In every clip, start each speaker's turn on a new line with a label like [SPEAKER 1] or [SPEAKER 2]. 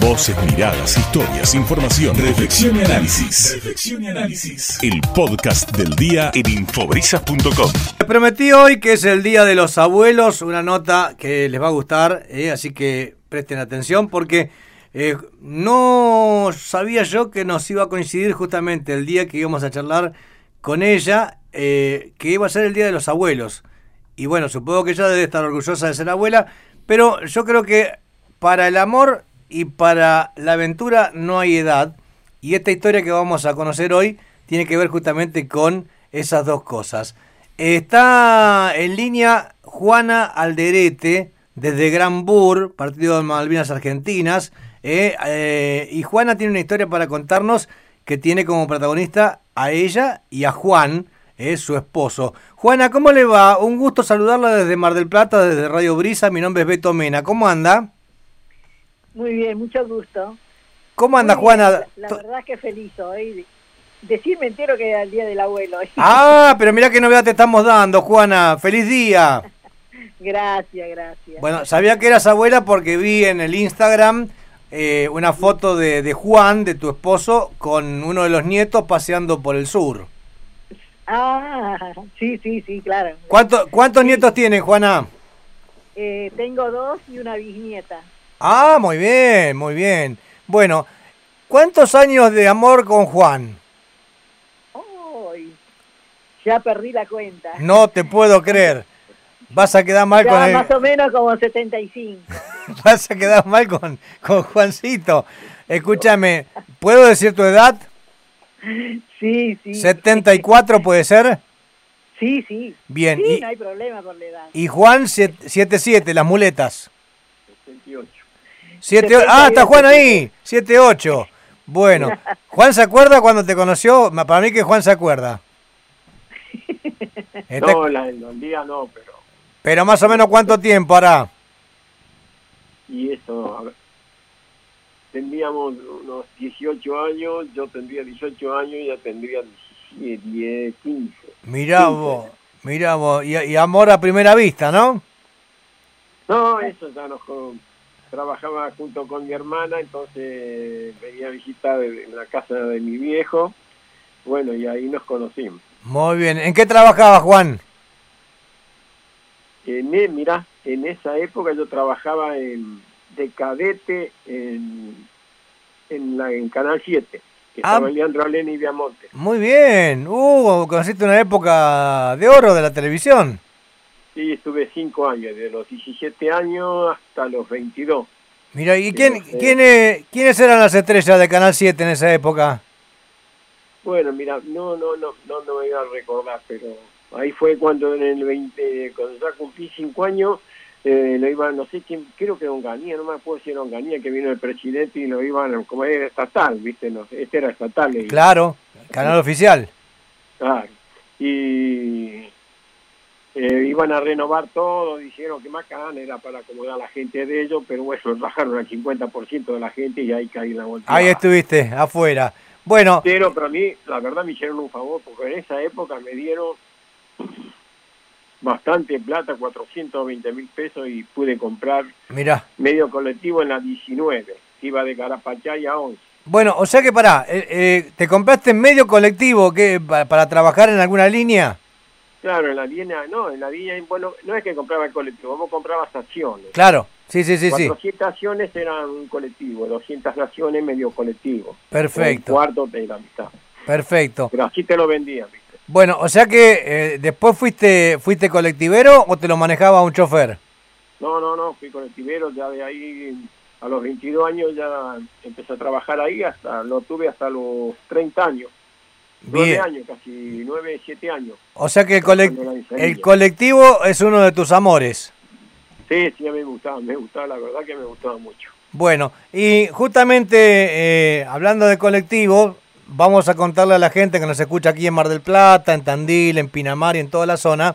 [SPEAKER 1] Voces, miradas, historias, información, reflexión y análisis.
[SPEAKER 2] Reflexión y análisis.
[SPEAKER 1] El podcast del día en infobrisas.com.
[SPEAKER 3] Les prometí hoy que es el Día de los Abuelos, una nota que les va a gustar, eh, así que presten atención porque eh, no sabía yo que nos iba a coincidir justamente el día que íbamos a charlar con ella, eh, que iba a ser el Día de los Abuelos. Y bueno, supongo que ella debe estar orgullosa de ser abuela, pero yo creo que para el amor y para la aventura no hay edad. Y esta historia que vamos a conocer hoy tiene que ver justamente con esas dos cosas. Está en línea Juana Alderete desde Gran Bur, partido de Malvinas Argentinas. eh, eh, y Juana tiene una historia para contarnos que tiene como protagonista a ella y a Juan, eh, su esposo. Juana, ¿cómo le va? Un gusto saludarla desde Mar del Plata, desde Radio Brisa. Mi nombre es Beto Mena. ¿Cómo anda?
[SPEAKER 4] Muy bien, mucho gusto.
[SPEAKER 3] ¿Cómo anda,
[SPEAKER 4] Muy bien,
[SPEAKER 3] Juana?
[SPEAKER 4] La, la
[SPEAKER 3] To-
[SPEAKER 4] verdad es que feliz hoy. Decirme entero que era el día del abuelo.
[SPEAKER 3] Ah, pero mira qué novedad te estamos dando, Juana. ¡Feliz día!
[SPEAKER 4] gracias, gracias.
[SPEAKER 3] Bueno, sabía que eras abuela porque vi en el Instagram eh, una foto de, de Juan, de tu esposo, con uno de los nietos paseando por el sur.
[SPEAKER 4] Ah, sí, sí, sí, claro.
[SPEAKER 3] ¿Cuánto- ¿Cuántos nietos tienen, Juana?
[SPEAKER 4] Eh, tengo dos y una bisnieta.
[SPEAKER 3] Ah, muy bien, muy bien. Bueno, ¿cuántos años de amor con Juan?
[SPEAKER 4] ¡Ay! Ya perdí la cuenta.
[SPEAKER 3] No te puedo creer. Vas a quedar mal con
[SPEAKER 4] Ya
[SPEAKER 3] el-
[SPEAKER 4] más o menos como 75.
[SPEAKER 3] Vas a quedar mal con, con Juancito. Escúchame, ¿puedo decir tu edad?
[SPEAKER 4] Sí, sí.
[SPEAKER 3] 74 puede ser.
[SPEAKER 4] Sí, sí.
[SPEAKER 3] Bien.
[SPEAKER 4] Sí,
[SPEAKER 3] y,
[SPEAKER 4] no hay problema con la edad.
[SPEAKER 3] y Juan 77, las muletas. 78. ah, está Juan ahí. 78. Bueno, ¿Juan se acuerda cuando te conoció? Ma- Para mí que Juan se acuerda. Está-
[SPEAKER 5] No, eh. la, los días no, pero.
[SPEAKER 3] Pero más o menos cuánto tiempo hará.
[SPEAKER 5] Y eso. a ver, Tendríamos unos 18 años, yo tendría 18 años y ella tendría 10, 10, 15.
[SPEAKER 3] Mirá vos, mirá vos. Y, y amor a primera vista, ¿no?
[SPEAKER 5] No, eso ya nos. con- trabajaba junto con mi hermana, entonces venía a visitar en la casa de mi viejo. Bueno, y ahí nos conocimos.
[SPEAKER 3] Muy bien. ¿En qué trabajaba Juan?
[SPEAKER 5] En, e- mirá, en esa época yo trabajaba en, de cadete en, en, la, en Canal 7, que
[SPEAKER 3] Ah.
[SPEAKER 5] estaba Leandro Alén y Viamonte.
[SPEAKER 3] Muy bien. Uh, conociste una época de oro de la televisión.
[SPEAKER 5] Sí, estuve cinco años, de los 17 años hasta los 22.
[SPEAKER 3] Mira, ¿y
[SPEAKER 5] Sí,
[SPEAKER 3] quién,
[SPEAKER 5] sí.
[SPEAKER 3] quién, eh, quiénes eran las estrellas de Canal 7 en esa época?
[SPEAKER 5] Bueno, mira, no, no, no, no, no me iba a recordar, pero ahí fue cuando en el 20, cuando ya cumplí cinco años, eh, lo iban, no sé quién, creo que era Onganía, no me acuerdo si era Onganía que vino el presidente y lo iban, como era estatal, viste, no, este era estatal. le digo.
[SPEAKER 3] Claro, Canal Oficial.
[SPEAKER 5] Ah, y eh, iban a renovar todo, dijeron que Macán era para acomodar a la gente de ellos, pero bueno, bajaron al 50% de la gente y ahí caí en la vuelta.
[SPEAKER 3] Ahí estuviste, afuera. Bueno,
[SPEAKER 5] Pero para mí, la verdad me hicieron un favor, porque en esa época me dieron bastante plata, 420 mil pesos, y pude comprar
[SPEAKER 3] mira.
[SPEAKER 5] medio colectivo en la 19, que iba de Carapachay a 11.
[SPEAKER 3] Bueno, o sea que pará, eh, eh, ¿te compraste medio colectivo que, para, para trabajar en alguna línea?
[SPEAKER 5] Claro, en la línea, no, en la línea, bueno, no es que compraba el colectivo, vos comprabas acciones.
[SPEAKER 3] Claro, sí, sí, sí, sí.
[SPEAKER 5] 400 acciones eran un colectivo, 200 acciones medio colectivo.
[SPEAKER 3] Perfecto.
[SPEAKER 5] Un cuarto de la mitad.
[SPEAKER 3] Perfecto.
[SPEAKER 5] Pero así te lo vendían, ¿viste?
[SPEAKER 3] Bueno, o sea que eh, después fuiste fuiste colectivero o te lo manejaba un chofer.
[SPEAKER 5] No, no, no, fui colectivero, ya de ahí a los 22 años ya empecé a trabajar ahí, hasta lo tuve hasta los 30 años, 9
[SPEAKER 3] Bien.
[SPEAKER 5] años, casi 9, 7 años.
[SPEAKER 3] O sea que el, colec-
[SPEAKER 5] Cuando la enseñé.
[SPEAKER 3] el colectivo es uno de tus amores.
[SPEAKER 5] Sí, sí, me gustaba, me gustaba, la verdad que me gustaba mucho.
[SPEAKER 3] Bueno, y justamente eh, hablando de colectivo, vamos a contarle a la gente que nos escucha aquí en Mar del Plata, en Tandil, en Pinamar y en toda la zona,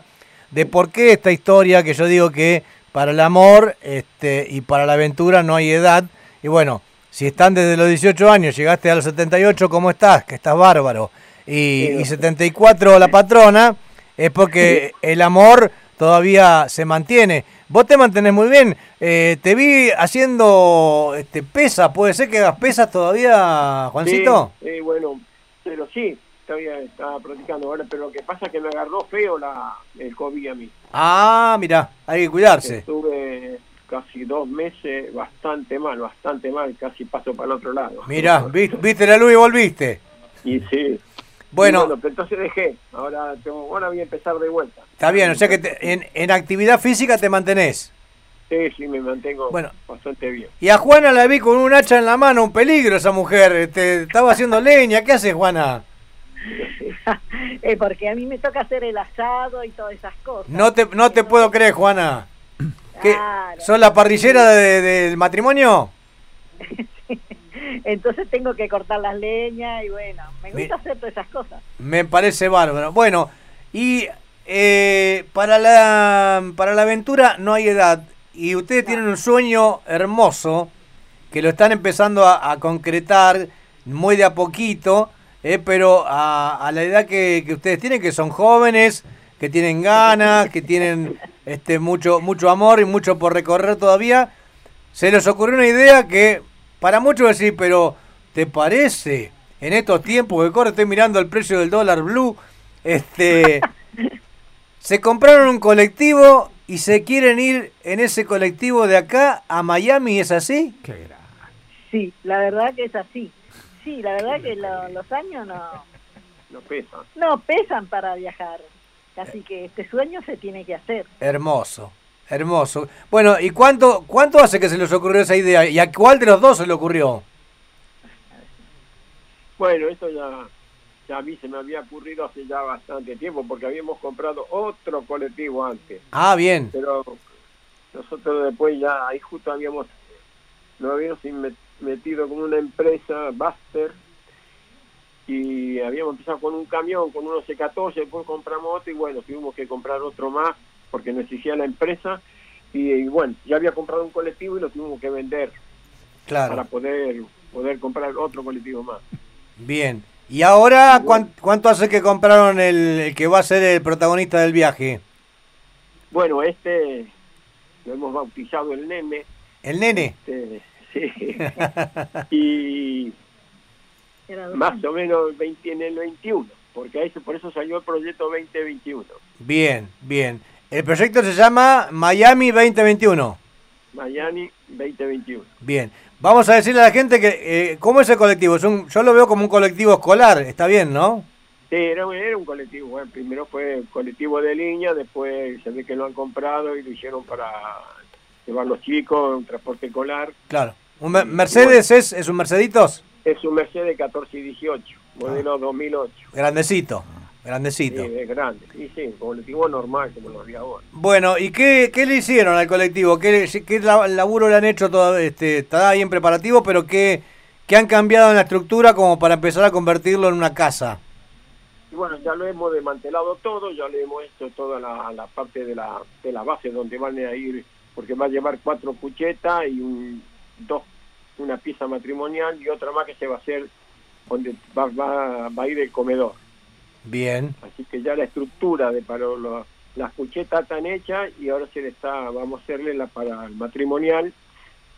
[SPEAKER 3] de por qué esta historia que yo digo que para el amor este, y para la aventura no hay edad. Y bueno, si están desde los 18 años, llegaste a los 78, ¿cómo estás? Que estás bárbaro. Y, y 74 la patrona, es porque el amor todavía se mantiene. Vos te mantenés muy bien. Eh, te vi haciendo este, pesas. ¿Puede ser que hagas pesas todavía, Juancito?
[SPEAKER 5] Sí, eh, bueno, pero sí, todavía estaba practicando ahora, pero lo que pasa es que me agarró feo la, el COVID a mí.
[SPEAKER 3] Ah, mira, hay que cuidarse.
[SPEAKER 5] Estuve casi dos meses bastante mal, bastante mal, casi paso para el otro lado.
[SPEAKER 3] Mirá, vi- viste la luz y volviste.
[SPEAKER 5] Y sí.
[SPEAKER 3] Bueno.
[SPEAKER 5] Y pero entonces dejé. Ahora, tengo- ahora voy a empezar de vuelta.
[SPEAKER 3] Está bien, o sea que te- en, en actividad física te mantenés.
[SPEAKER 5] Sí, sí, me mantengo
[SPEAKER 3] Bueno.
[SPEAKER 5] bastante bien.
[SPEAKER 3] Y a Juana la vi con un hacha en la mano, un peligro esa mujer. Este, estaba haciendo leña. ¿Qué hace Juana?
[SPEAKER 4] Eh, porque a mí me toca hacer el asado y todas esas cosas.
[SPEAKER 3] No te, no te puedo creer, Juana. ¿Qué,
[SPEAKER 4] Claro.
[SPEAKER 3] ¿Sos la parrillera de- del matrimonio?
[SPEAKER 4] Entonces tengo que cortar las leñas y bueno, me gusta
[SPEAKER 3] Mi-
[SPEAKER 4] hacer todas esas cosas.
[SPEAKER 3] Me parece bárbaro. Bueno, y eh, para, la, para la aventura no hay edad. Y ustedes tienen un sueño hermoso que lo están empezando a, a concretar muy de a poquito, eh, pero a, a la edad que, que ustedes tienen, que son jóvenes, que tienen ganas, que tienen este mucho, mucho amor y mucho por recorrer todavía, se les ocurrió una idea que para muchos decir, pero ¿te parece? En estos tiempos que corre, estoy mirando el precio del dólar blue, este se compraron un colectivo y se quieren ir en ese colectivo de acá a Miami, ¿es así?
[SPEAKER 2] Qué grande.
[SPEAKER 4] Sí, la verdad que es así. Sí, la verdad que lo- los años no,
[SPEAKER 5] No pesa.
[SPEAKER 4] no pesan para viajar. Así que este sueño se tiene que hacer.
[SPEAKER 3] Hermoso, hermoso. Bueno, ¿y cuánto, cuánto hace que se les ocurrió esa idea? ¿Y a cuál de los dos se le ocurrió?
[SPEAKER 5] Bueno, esto ya, ya a mí se me había ocurrido hace ya bastante tiempo, porque habíamos comprado otro colectivo antes.
[SPEAKER 3] Ah, bien.
[SPEAKER 5] Pero nosotros después ya, ahí justo habíamos, nos habíamos inme- metido con una empresa, Buster, y habíamos empezado con un camión, con unos C14, después compramos otro y bueno, tuvimos que comprar otro más porque nos exigía la empresa. Y, y bueno, ya había comprado un colectivo y lo tuvimos que vender para
[SPEAKER 3] Claro,
[SPEAKER 5] poder poder comprar otro colectivo más.
[SPEAKER 3] bien. ¿Y ahora cuán- cuánto hace que compraron el, el que va a ser el protagonista del viaje?
[SPEAKER 5] Bueno, este lo hemos bautizado el nene,
[SPEAKER 3] ¿El nene?
[SPEAKER 5] este, sí. y
[SPEAKER 4] Era dos
[SPEAKER 5] más
[SPEAKER 4] años.
[SPEAKER 5] o menos el 20 en el 21, porque ahí se- por eso salió el proyecto 2021,
[SPEAKER 3] Bien, bien. El proyecto se llama Miami 2021.
[SPEAKER 5] Miami 2021.
[SPEAKER 3] Bien. Vamos a decirle a la gente que eh, cómo es el colectivo. Es un- yo lo veo como un colectivo escolar. Está bien, ¿no?
[SPEAKER 5] Sí, era, un- era un colectivo, bueno, primero fue el colectivo de línea, después se ve que lo han comprado y lo hicieron para llevar los chicos, un transporte escolar.
[SPEAKER 3] Claro. Un Mer- Mercedes es, es un Merceditos.
[SPEAKER 5] Es un Mercedes 14 y 18, modelo 2008.
[SPEAKER 3] Grandecito,
[SPEAKER 5] Sí,
[SPEAKER 3] grandecito.
[SPEAKER 5] es grande. Y sí, colectivo normal como lo había ahora.
[SPEAKER 3] Bueno, ¿y qué, qué le hicieron al colectivo? ¿Qué, le- qué la- laburo le han hecho? toda- este, está ahí en preparativo, pero ¿qué, qué han cambiado en la estructura como para empezar a convertirlo en una casa?
[SPEAKER 5] Y bueno, ya lo hemos desmantelado todo, ya le hemos hecho toda la, la parte de la, de la base donde van a ir, porque va a llevar cuatro cuchetas y un, dos, una pieza matrimonial y otra más que se va a hacer donde va, va, va a ir el comedor.
[SPEAKER 3] Bien,
[SPEAKER 5] Así que ya la estructura de para lo- las cuchetas están hechas y ahora se le está, vamos a hacerle la para el matrimonial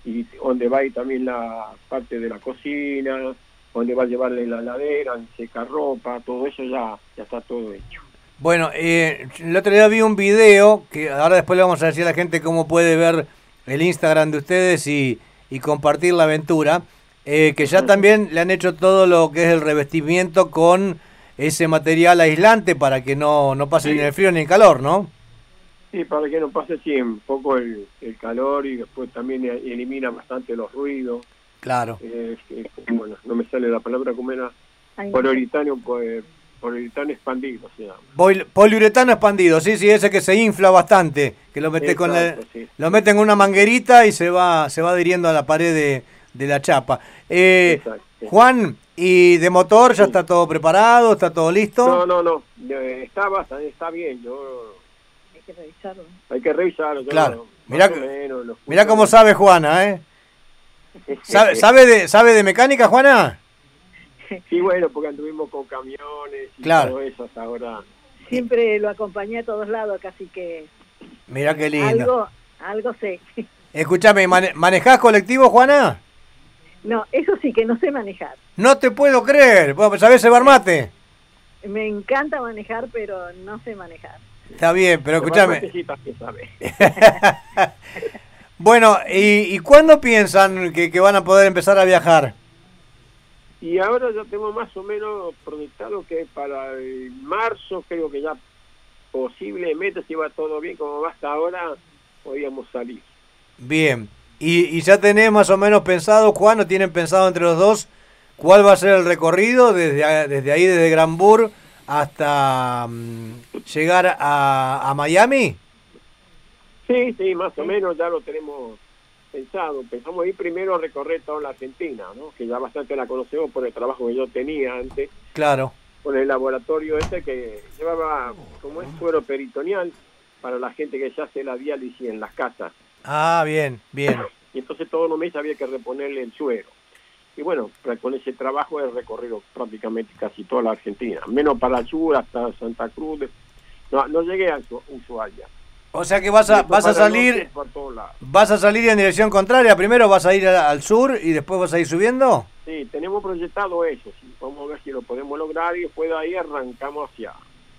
[SPEAKER 5] y donde va a ir también la parte de la cocina, donde va a llevarle la heladera, el secarropa, todo eso ya, ya está todo hecho.
[SPEAKER 3] bueno, eh, el otro día vi un video, que ahora después le vamos a decir a la gente cómo puede ver el Instagram de ustedes y, y compartir la aventura, eh, que ya también le han hecho todo lo que es el revestimiento con ese material aislante para que no, no pase ni el frío ni el calor, ¿no?
[SPEAKER 5] Sí, para que no pase sí, un poco el, el calor y después también e- elimina bastante los ruidos.
[SPEAKER 3] Claro.
[SPEAKER 5] Eh, eh, bueno, no me sale la palabra como era
[SPEAKER 4] Ay,
[SPEAKER 5] poliuretano, pues, poliuretano expandido se llama.
[SPEAKER 3] Boil- Poliuretano expandido, sí, sí, ese que se infla bastante, que lo mete con la-
[SPEAKER 5] Exacto, sí.
[SPEAKER 3] lo meten con una manguerita y se va, se va adhiriendo a la pared de, de la chapa. Eh,
[SPEAKER 5] Exacto, sí.
[SPEAKER 3] Juan, ¿y de motor ya está todo preparado? ¿Está todo listo?
[SPEAKER 5] No, no, no. eh, Está, basta- está bien. Yo,
[SPEAKER 4] hay que revisarlo.
[SPEAKER 5] hay que revisarlo. yo
[SPEAKER 3] Claro,
[SPEAKER 5] no- más
[SPEAKER 3] mirá
[SPEAKER 5] o
[SPEAKER 3] que-
[SPEAKER 5] menos los
[SPEAKER 3] Mirá cómo
[SPEAKER 5] puntos-
[SPEAKER 3] sabe Juana, ¿eh? ¿Sabe, sabe de, ¿Sabe de mecánica, Juana?
[SPEAKER 5] Sí, bueno, porque anduvimos con camiones y
[SPEAKER 3] Claro.
[SPEAKER 5] todo eso hasta ahora.
[SPEAKER 4] Siempre lo acompañé a todos lados, casi que
[SPEAKER 3] Mirá qué lindo.
[SPEAKER 4] Algo, algo sé.
[SPEAKER 3] Escúchame, ¿mane- ¿manejás colectivo, Juana?
[SPEAKER 4] No, eso sí que no sé manejar.
[SPEAKER 3] No te puedo creer. Bueno, ¿Sabés llevar mate?
[SPEAKER 4] Me encanta manejar, pero no sé manejar.
[SPEAKER 3] Está bien, pero
[SPEAKER 5] Aparte,
[SPEAKER 3] escúchame.
[SPEAKER 5] sí, para que sabe.
[SPEAKER 3] Bueno, ¿y, y cuándo piensan que, que van a poder empezar a viajar?
[SPEAKER 5] Y ahora ya tengo más o menos proyectado que para el marzo creo que ya posiblemente si va todo bien como va hasta ahora podíamos salir.
[SPEAKER 3] Bien. ¿Y, y ya tenés más o menos pensado, Juan, o tienen pensado entre los dos, cuál va a ser el recorrido desde, a- desde ahí, desde Granbur hasta mm, llegar a, a Miami?
[SPEAKER 5] Sí, sí, más o menos ya lo tenemos pensado. Pensamos ir primero a recorrer toda la Argentina, ¿no? que ya bastante la conocemos por el trabajo que yo tenía antes,
[SPEAKER 3] Claro.
[SPEAKER 5] con el laboratorio este que llevaba como es suero peritoneal para la gente que ya hace la diálisis en las casas.
[SPEAKER 3] Ah, bien, bien.
[SPEAKER 5] y entonces todos los meses había que reponerle el suero. Y bueno, pra- con ese trabajo he recorrido prácticamente casi toda la Argentina, menos para el sur hasta Santa Cruz. de- No, no llegué a Ushu- Ushuaia.
[SPEAKER 3] O sea que vas a,
[SPEAKER 5] Después
[SPEAKER 3] vas a
[SPEAKER 5] para el norte,
[SPEAKER 3] salir...
[SPEAKER 5] Por todos lados.
[SPEAKER 3] ¿Vas a salir en dirección contraria? Primero vas a ir a- al sur y después vas a ir subiendo.
[SPEAKER 5] Sí, tenemos proyectado eso. sí. Vamos a ver si lo podemos lograr y después de ahí arrancamos hacia,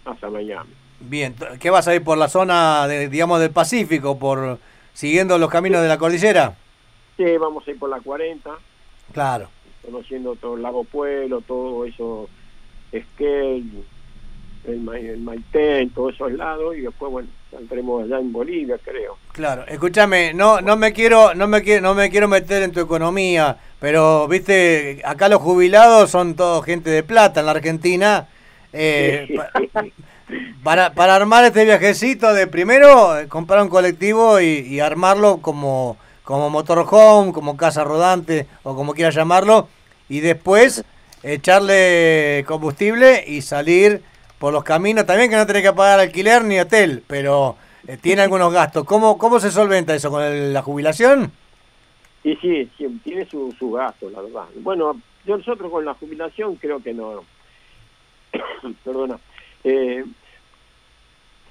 [SPEAKER 5] hacia Miami.
[SPEAKER 3] Bien, t- ¿qué vas a ir por la zona, de, digamos, del Pacífico, por siguiendo los caminos de la cordillera?
[SPEAKER 5] Sí, vamos a ir por la 40,
[SPEAKER 3] Claro.
[SPEAKER 5] conociendo todo el lago Pueblo, todo eso, Esquel, el, Ma- el Maitén, todos esos lados, y después, bueno, saldremos allá en Bolivia, creo.
[SPEAKER 3] Claro, escúchame, no, no me quiero, no me quiero, no me quiero meter en tu economía, pero viste, acá los jubilados son todos gente de plata en la Argentina. Eh, pa- para, para armar este viajecito de primero, eh, comprar un colectivo y, y armarlo como, como motorhome, como casa rodante o como quieras llamarlo, y después echarle combustible y salir por los caminos. También que no tenés que pagar alquiler ni hotel, pero eh, tiene algunos gastos. ¿Cómo, ¿Cómo se solventa eso? ¿Con el- la jubilación?
[SPEAKER 5] Y sí, sí, tiene su, su gasto, la verdad. Bueno, yo nosotros con la jubilación creo que no. Perdona. Eh,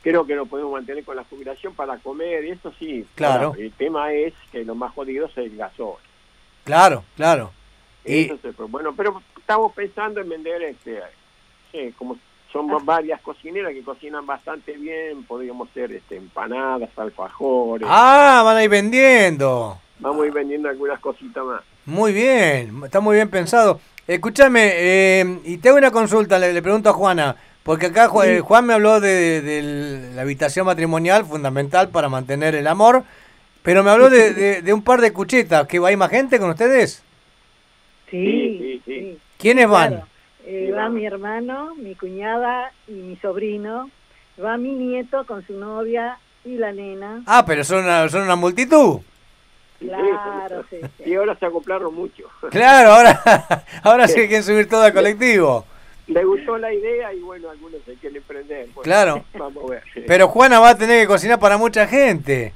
[SPEAKER 5] creo que lo podemos mantener con la jubilación para comer, y eso sí.
[SPEAKER 3] Claro.
[SPEAKER 5] Ahora, el tema es que lo más jodido es el gasol.
[SPEAKER 3] Claro, claro. Y,
[SPEAKER 5] Eso se fue. bueno, pero estamos pensando en vender este. sí, como son
[SPEAKER 3] Ah.
[SPEAKER 5] varias cocineras que cocinan bastante bien, podríamos hacer este, empanadas, alfajores.
[SPEAKER 3] ah, van a ir vendiendo.
[SPEAKER 5] Vamos a ir vendiendo algunas cositas más.
[SPEAKER 3] Muy bien, está muy bien pensado. Escúchame, eh, y te hago una consulta, le, le pregunto a Juana, porque acá Ju- eh, Juan me habló de, de la habitación matrimonial, fundamental para mantener el amor, pero me habló de, de- de un par de cuchetas, que hay más gente con ustedes.
[SPEAKER 5] Sí,
[SPEAKER 4] Sí,
[SPEAKER 5] sí, sí.
[SPEAKER 3] ¿Quiénes van?
[SPEAKER 4] claro. Eh,
[SPEAKER 5] Sí,
[SPEAKER 4] va
[SPEAKER 5] vamos.
[SPEAKER 4] mi hermano, mi cuñada y mi sobrino. Va mi nieto con su novia y la nena.
[SPEAKER 3] Ah, pero son una, son una multitud.
[SPEAKER 5] Sí,
[SPEAKER 4] Claro, sí, sí.
[SPEAKER 5] Y ahora se acoplaron mucho.
[SPEAKER 3] Claro, ahora, ahora sí hay que subir todo al colectivo.
[SPEAKER 5] Le gustó la idea y bueno, algunos se quieren prender. Bueno,
[SPEAKER 3] Claro.
[SPEAKER 5] Vamos a ver.
[SPEAKER 3] Pero Juana va a tener que cocinar para mucha gente.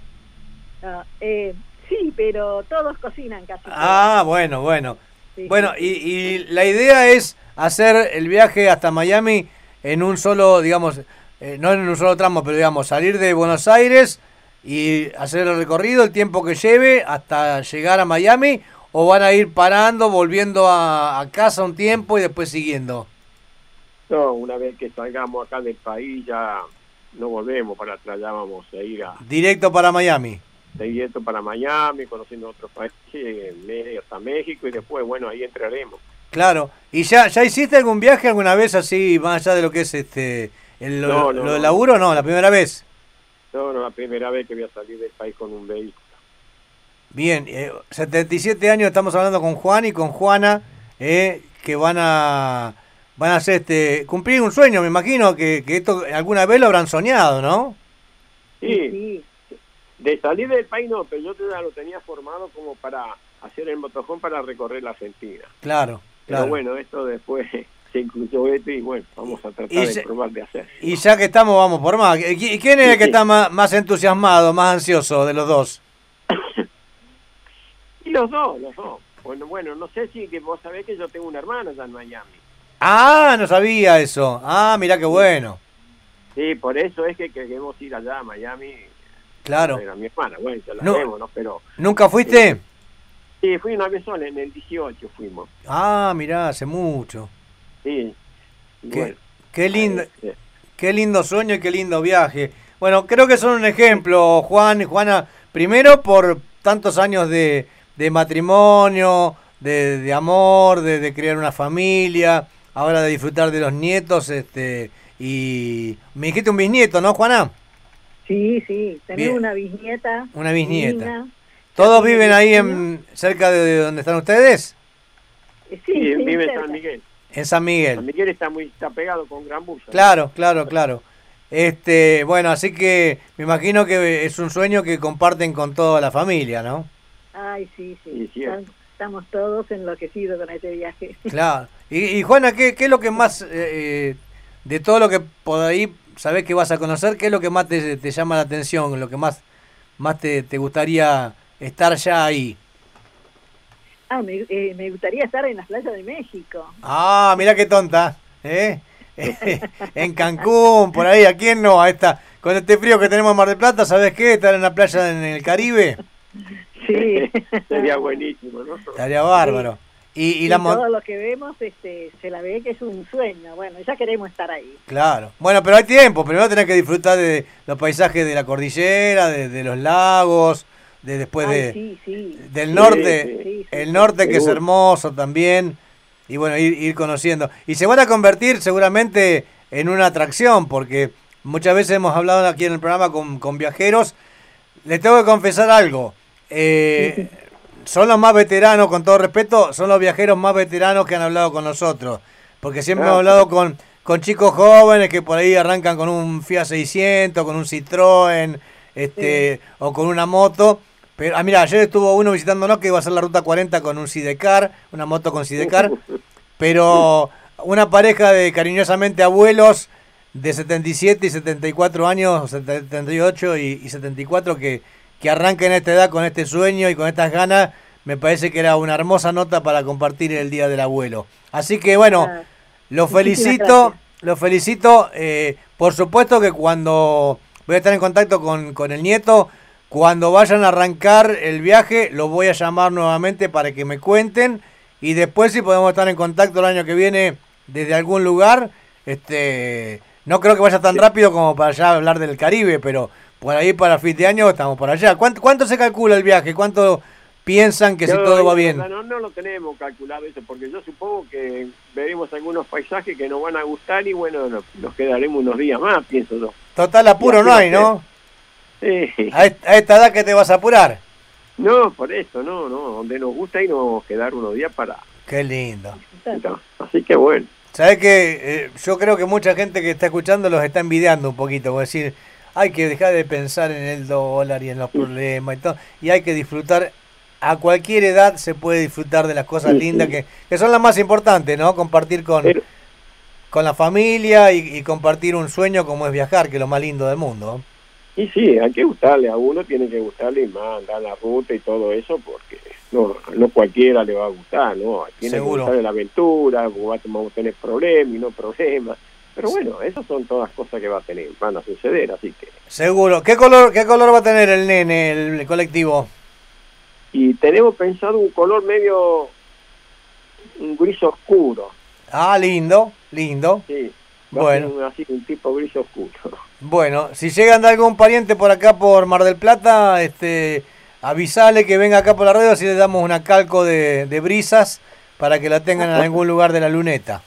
[SPEAKER 4] Ah, eh, sí, pero todos cocinan casi. todos.
[SPEAKER 3] Ah, bueno, bueno.
[SPEAKER 4] Sí,
[SPEAKER 3] Bueno,
[SPEAKER 4] sí,
[SPEAKER 3] y, y la idea es hacer el viaje hasta Miami en un solo, digamos, eh, no en un solo tramo, pero digamos, salir de Buenos Aires y hacer el recorrido, el tiempo que lleve hasta llegar a Miami, o van a ir parando, volviendo a, a casa un tiempo y después siguiendo.
[SPEAKER 5] No, una vez que salgamos acá del país ya no volvemos para atrás, ya vamos a ir a
[SPEAKER 3] Directo para Miami.
[SPEAKER 5] directo para Miami, conociendo otros países, me- hasta México y después, bueno, ahí entraremos.
[SPEAKER 3] Claro. ¿Y ya, ya hiciste algún viaje alguna vez así, más allá de lo que es este el, lo,
[SPEAKER 5] No, no,
[SPEAKER 3] lo del
[SPEAKER 5] no.
[SPEAKER 3] laburo? No, la primera vez.
[SPEAKER 5] No, no, la primera vez que voy a salir del país con un vehículo.
[SPEAKER 3] Bien, eh, 77 años estamos hablando con Juan y con Juana, eh, que van a van a hacer este cumplir un sueño, me imagino que, que esto alguna vez lo habrán soñado, ¿no?
[SPEAKER 5] Sí,
[SPEAKER 4] sí.
[SPEAKER 5] de salir del país no, pero yo ya lo tenía formado como para hacer el motojón para recorrer la Argentina.
[SPEAKER 3] Claro,
[SPEAKER 5] Pero
[SPEAKER 3] claro.
[SPEAKER 5] bueno, esto después se incluyó esto y bueno, vamos a tratar
[SPEAKER 3] Y
[SPEAKER 5] de
[SPEAKER 3] se-
[SPEAKER 5] probar de hacer.
[SPEAKER 3] Y ya que estamos, vamos por más. ¿Y qui- ¿Quién es el que
[SPEAKER 5] Sí.
[SPEAKER 3] está más, más entusiasmado, más ansioso de los dos?
[SPEAKER 5] Y los dos, los dos. Bueno, bueno, no sé si que vos sabés que yo tengo una hermana allá en Miami.
[SPEAKER 3] Ah, no sabía eso. Ah, mirá qué bueno.
[SPEAKER 5] Sí, por eso es que queremos ir allá a Miami
[SPEAKER 3] Claro.
[SPEAKER 5] Era mi hermana, bueno, ya la
[SPEAKER 3] No.
[SPEAKER 5] vemos, ¿no? Pero
[SPEAKER 3] ¿Nunca fuiste?
[SPEAKER 5] sí, fui una vez sola, en el 18 fuimos.
[SPEAKER 3] Ah, mirá, hace mucho.
[SPEAKER 5] Sí. Y
[SPEAKER 3] Qué,
[SPEAKER 5] bueno,
[SPEAKER 3] qué lindo,
[SPEAKER 5] eh,
[SPEAKER 3] qué lindo sueño y qué lindo viaje. Bueno, creo que son un ejemplo, Juan y Juana. Primero por tantos años de, de matrimonio, de, de amor, de, de crear una familia, ahora de disfrutar de los nietos, este, y me dijiste un bisnieto, ¿no, Juana?
[SPEAKER 4] Sí, sí, tener
[SPEAKER 3] Bien.
[SPEAKER 4] una bisnieta.
[SPEAKER 3] Una bisnieta.
[SPEAKER 4] divina.
[SPEAKER 3] ¿Todos viven ahí en cerca de donde están ustedes?
[SPEAKER 4] Eh, Sí,
[SPEAKER 5] sí,
[SPEAKER 4] sí,
[SPEAKER 5] vive en
[SPEAKER 4] cerca.
[SPEAKER 5] San Miguel.
[SPEAKER 3] En San
[SPEAKER 5] San
[SPEAKER 3] Miguel.
[SPEAKER 5] Miguel está muy está pegado con Gran Bursa. ¿no?
[SPEAKER 3] Claro, claro, claro. Este, bueno, así que me imagino que es un sueño que comparten con toda la familia, ¿no?
[SPEAKER 4] Ay, sí, sí.
[SPEAKER 5] Sí, cierto.
[SPEAKER 4] Están- Estamos todos enloquecidos con este viaje.
[SPEAKER 3] Claro. Y, y, Juana, ¿qué, ¿qué es lo que más, eh, eh, de todo lo que por ahí sabés que vas a conocer, qué es lo que más te, te llama la atención, lo que más, más te, te gustaría estar ya ahí?
[SPEAKER 4] Ah, me, eh, me gustaría estar en las playas de México.
[SPEAKER 3] Ah, mira qué tonta, ¿eh? en Cancún, por ahí, ¿a quién no? A esta, con este frío que tenemos en Mar del Plata, ¿sabés qué? Estar en la playa en el Caribe,
[SPEAKER 4] Sí.
[SPEAKER 5] Sería buenísimo, ¿no?
[SPEAKER 3] estaría bárbaro. Y, y la
[SPEAKER 4] Y
[SPEAKER 3] mon-
[SPEAKER 4] todo lo que vemos este, se la ve que es un sueño. Bueno, ya queremos estar ahí.
[SPEAKER 3] Claro. Bueno, pero hay tiempo. Primero tenés que disfrutar de los paisajes de la cordillera, de, de los lagos, de después
[SPEAKER 4] Ay,
[SPEAKER 3] Pues de,
[SPEAKER 4] sí, sí.
[SPEAKER 3] del norte.
[SPEAKER 5] sí,
[SPEAKER 4] sí, sí.
[SPEAKER 3] el norte que es
[SPEAKER 5] Seguro.
[SPEAKER 3] hermoso también. Y bueno, ir, ir conociendo. Y se van a convertir seguramente en una atracción, porque muchas veces hemos hablado aquí en el programa con, con viajeros. Les tengo que confesar algo. Eh, son los más veteranos, con todo respeto, son los viajeros más veteranos que han hablado con nosotros. Porque siempre hemos hablado con, con chicos jóvenes que por ahí arrancan con un Fiat 600, con un Citroën, este, o con una moto. Pero, ah, mira, ayer estuvo uno visitándonos que iba a hacer la ruta 40 con un Sidecar, una moto con Sidecar. Pero una pareja de cariñosamente abuelos de 77 y 74 años, 78 y, y 74, que, que arranca en esta edad con este sueño y con estas ganas, me parece que era una hermosa nota para compartir el Día del Abuelo. Así que bueno,
[SPEAKER 4] Ah,
[SPEAKER 3] lo
[SPEAKER 4] Muchísimas
[SPEAKER 3] felicito,
[SPEAKER 4] gracias.
[SPEAKER 3] lo felicito. eh, por supuesto que cuando voy a estar en contacto con, con el nieto, cuando vayan a arrancar el viaje, los voy a llamar nuevamente para que me cuenten. Y después, si podemos estar en contacto el año que viene desde algún lugar, este no creo que vaya tan rápido como para allá hablar del Caribe, pero por ahí para fin de año estamos por allá. ¿Cuánto, cuánto se calcula el viaje? ¿Cuánto piensan que si
[SPEAKER 5] Yo,
[SPEAKER 3] todo va
[SPEAKER 5] la
[SPEAKER 3] bien?
[SPEAKER 5] verdad, No, no lo tenemos calculado eso, porque yo supongo que veremos algunos paisajes que nos van a gustar y bueno, no- nos quedaremos unos días más, pienso yo.
[SPEAKER 3] Total apuro no hay, ¿no?
[SPEAKER 5] Sí.
[SPEAKER 3] A est- a esta edad que te vas a apurar.
[SPEAKER 5] No, por eso, no, no, donde nos gusta y nos vamos a quedar unos días para...
[SPEAKER 3] Qué lindo.
[SPEAKER 5] entonces, Así que bueno,
[SPEAKER 3] Sabes que yo creo que mucha gente que está escuchando los está envidiando un poquito, por decir, hay que dejar de pensar en el dólar y en los problemas y todo, y hay que disfrutar, a cualquier edad se puede disfrutar de las cosas
[SPEAKER 5] Sí,
[SPEAKER 3] lindas
[SPEAKER 5] sí.
[SPEAKER 3] que, que son las más importantes, ¿no? Compartir con,
[SPEAKER 5] Pero-
[SPEAKER 3] con la familia y, y compartir un sueño como es viajar, que es lo más lindo del mundo.
[SPEAKER 5] y sí, hay que gustarle, a uno tiene que gustarle y más, andar la ruta y todo eso, porque no, no cualquiera le va a gustar, ¿no? Tiene
[SPEAKER 3] Seguro.
[SPEAKER 5] que gustarle la aventura, va a tomar- tener problemas y no problemas. Pero bueno, esas son todas cosas que va a tener, van a suceder, así que...
[SPEAKER 3] Seguro. ¿Qué color, qué color va a tener el nene, el, colectivo?
[SPEAKER 5] y tenemos pensado un color medio un gris oscuro
[SPEAKER 3] Ah, lindo, lindo.
[SPEAKER 5] sí Va a ser
[SPEAKER 3] Bueno.
[SPEAKER 5] un- así un tipo gris oscuro
[SPEAKER 3] Bueno, si llegan de algún pariente por acá por Mar del Plata, este, avisale que venga acá por la radio, así le damos una calco de, de brisas para que la tengan en algún lugar de la luneta.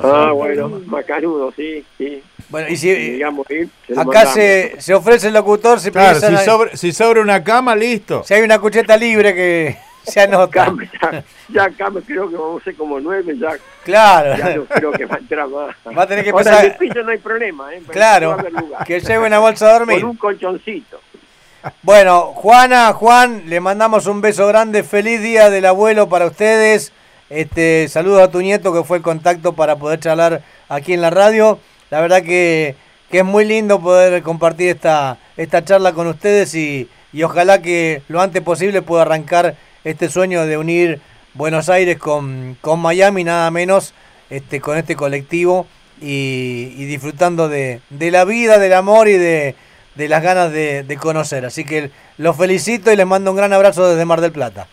[SPEAKER 5] ah bueno macanudo sí sí
[SPEAKER 3] Bueno, y si
[SPEAKER 5] digamos sí, se lo
[SPEAKER 3] eh, acá
[SPEAKER 5] mandamos.
[SPEAKER 3] se, se ofrece el locutor, si,
[SPEAKER 2] Claro,
[SPEAKER 3] piensan-
[SPEAKER 2] si sobra, si sobra una cama, listo.
[SPEAKER 3] si hay una cucheta libre que se anota.
[SPEAKER 5] Cam- ya, ya Cam, creo que vamos a ser como nueve ya, ya no
[SPEAKER 3] Claro,
[SPEAKER 5] creo que va a entrar más
[SPEAKER 3] Va a tener que
[SPEAKER 5] Ahora,
[SPEAKER 3] empezar-
[SPEAKER 5] en el piso no hay problema ¿eh? Pero
[SPEAKER 3] claro,
[SPEAKER 5] va a haber lugar.
[SPEAKER 3] que lleve una bolsa a dormir.
[SPEAKER 5] con un colchoncito
[SPEAKER 3] Bueno, Juana, Juan, le mandamos un beso grande, feliz día del abuelo para ustedes. Este, saludos a tu nieto que fue el contacto para poder charlar aquí en la radio. La verdad que, que es muy lindo poder compartir esta, esta charla con ustedes y, y ojalá que lo antes posible pueda arrancar este sueño de unir Buenos Aires con, con Miami, nada menos, este, con este colectivo y, y disfrutando de, de la vida, del amor y de, de las ganas de, de conocer. Así que los felicito y les mando un gran abrazo desde Mar del Plata.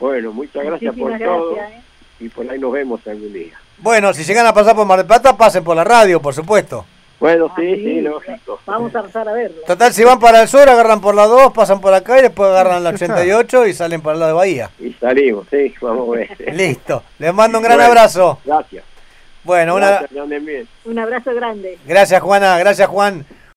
[SPEAKER 5] Bueno, muchas gracias por
[SPEAKER 4] Muchísimas
[SPEAKER 5] todo
[SPEAKER 4] gracias, ¿eh?
[SPEAKER 5] y por ahí nos vemos algún día.
[SPEAKER 3] Bueno, si llegan a pasar por Mar del Plata, pasen por la radio, por supuesto.
[SPEAKER 5] Bueno,
[SPEAKER 4] Ah,
[SPEAKER 5] sí, sí,
[SPEAKER 4] sí,
[SPEAKER 5] lógico.
[SPEAKER 4] Vamos a pasar a verlo.
[SPEAKER 3] Total, si van para el sur, agarran por la 2, pasan por acá y después agarran la 88 y salen para la de Bahía.
[SPEAKER 5] Y salimos, sí, vamos a ver.
[SPEAKER 3] Listo. Les mando un gran
[SPEAKER 5] Bueno,
[SPEAKER 3] abrazo.
[SPEAKER 5] Gracias.
[SPEAKER 3] Bueno, una...
[SPEAKER 5] Gracias, que anden bien.
[SPEAKER 4] Un abrazo grande.
[SPEAKER 3] gracias Juana, gracias Juan.